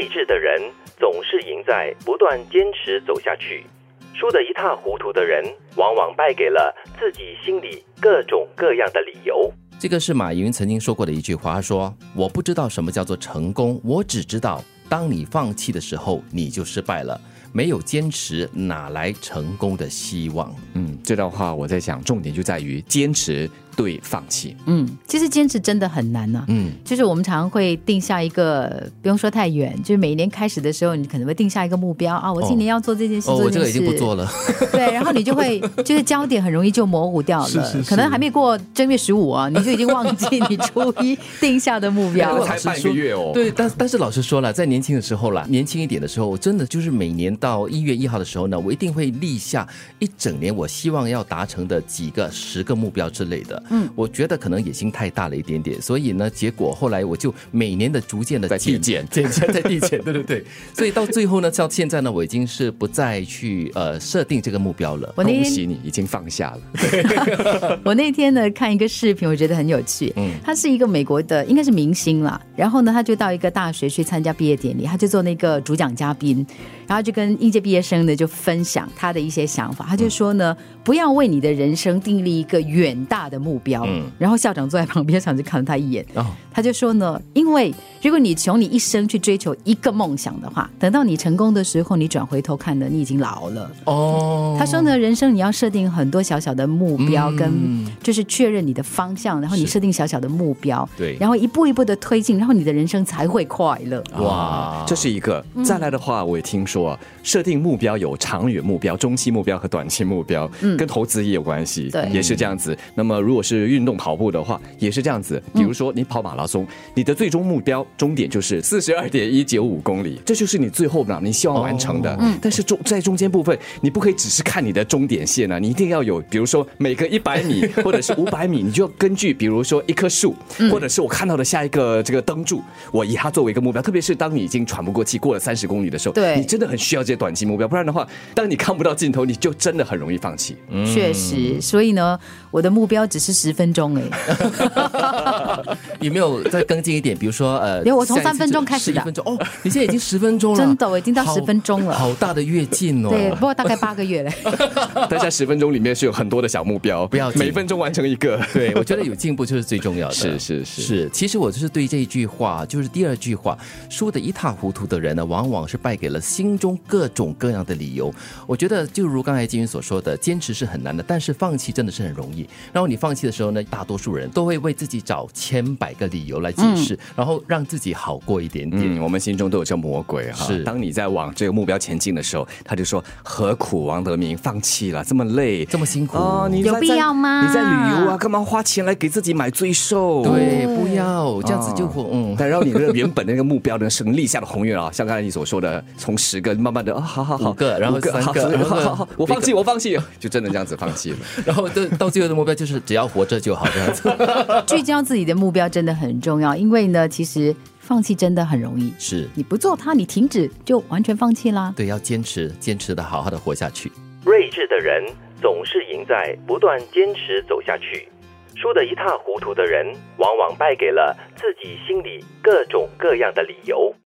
意志的人总是赢在不断坚持走下去，输得一塌糊涂的人往往败给了自己心里各种各样的理由。这个是马云曾经说过的一句话，他说：“我不知道什么叫做成功，我只知道当你放弃的时候，你就失败了。没有坚持，哪来成功的希望？”嗯，这段话我在想，重点就在于坚持对放弃。嗯，其实坚持真的很难呐、啊嗯，就是我们常常会定下一个，不用说太远，就是每一年开始的时候，你可能会定下一个目标啊，我今年要做这件事，哦，我做这个已件事，经不做了。对，然后你就 会就是焦点很容易就模糊掉了，是是是可能还没过正月十五啊，你就已经忘记你初一定下的目标不 我过了。才老实半个说月哦，对，但但是老实说了，在年轻的时候啦，年轻一点的时候，真的就是每年到一月一号的时候呢，我一定会立下一整年我希望要达成的几个、十个目标之类的。嗯，我觉得可能野心太大了一点点，所以呢，结果后来我就每年的逐渐的在递减减减在递减，对对对。所以到最后呢，到现在呢，我已经是不再去呃设定这个目标了。我那恭天喜你已经放下了。 我那天呢看一个视频，我觉得很有趣。嗯他是一个美国的，应该是明星啦。然后呢，他就到一个大学去参加毕业典礼，他就做那个主讲嘉宾，然后就跟应届毕业生呢就分享他的一些想法。他就说呢，不要为你的人生订立一个远大的目标。嗯然后校长坐在旁边，校长就看了他一眼，哦他就说呢，因为如果你穷你一生去追求一个梦想的话，等到你成功的时候，你转回头看呢，你已经老了。哦，他说呢，人生你要设定很多小小的目标，嗯跟就是确认你的方向，然后你是设定小小的目标，对然后一步一步的推进，然后你的人生才会快乐。哇啊哇，这是一个。嗯再来的话，我也听说设定目标有长远目标、中期目标和短期目标，嗯跟投资也有关系，对也是这样子。那么如果是运动跑步的话，也是这样子。比如说你跑马拉松，你的最终目标终点就是四十二点一九五公里，这就是你最后呢你希望完成的。嗯但是中在中间部分，你不可以只是看你的终点线啊，你一定要有，比如说每隔一百 米或者是五百米，你就要根据比如说一棵树，嗯或者是我看到的下一个这个灯柱，我以它作为一个目标。特别是当你已经喘不过气，过了三十公里的时候，对你真的很需要这些短期目标，不然的话，当你看不到尽头，你就真的很容易放弃。嗯确实，所以呢，我的目标只是十分钟哎， 有没有再跟进一点？比如说，呃，有我从三分钟开始的一分钟哦，你现在已经十分钟了，真的我已经到好10分钟了好大的跃进哦。对，不过大概八个月 嘞。但在十分钟里面是有很多的小目标，不要紧每分钟完成一个。对，我觉得有进步就是最重要的。 是是是是，其实我就是对这一句话，就是第二句话，输得一塌糊涂的人呢，往往是败给了心中各种各样的理由。我觉得就如刚才金云所说的，坚持是很难的，但是放弃真的是很容易。然后你放弃的时候呢，大多数人都会为自己找千百个理由来解释，嗯然后让自己好过一点点。嗯，我们心中都有这魔鬼哈。是当你在往这个目标前进的时候，他就说：“何苦王德明放弃了，这么累，这么辛苦哦，你有在必要吗你在旅游啊，干嘛花钱来给自己买罪受？对，不要这样子就哦会、嗯。 但让你的原本的那个目标呢，是立下的宏愿啊，像刚才你所说的，从十个慢慢的啊，好好好，五个然后五个三好个好然后好好好，我放一弃，个我放弃，就真的这样子放弃了。然后到到最后的目标就是只要活着就好这样子。 聚焦自己的目标真的很重要，因为呢，其实放弃真的很容易，是你不做它，你停止就完全放弃啦。对，要坚持，坚持的好好的活下去。睿智的人总是赢在不断坚持走下去，输得一塌糊涂的人往往败给了自己心里各种各样的理由。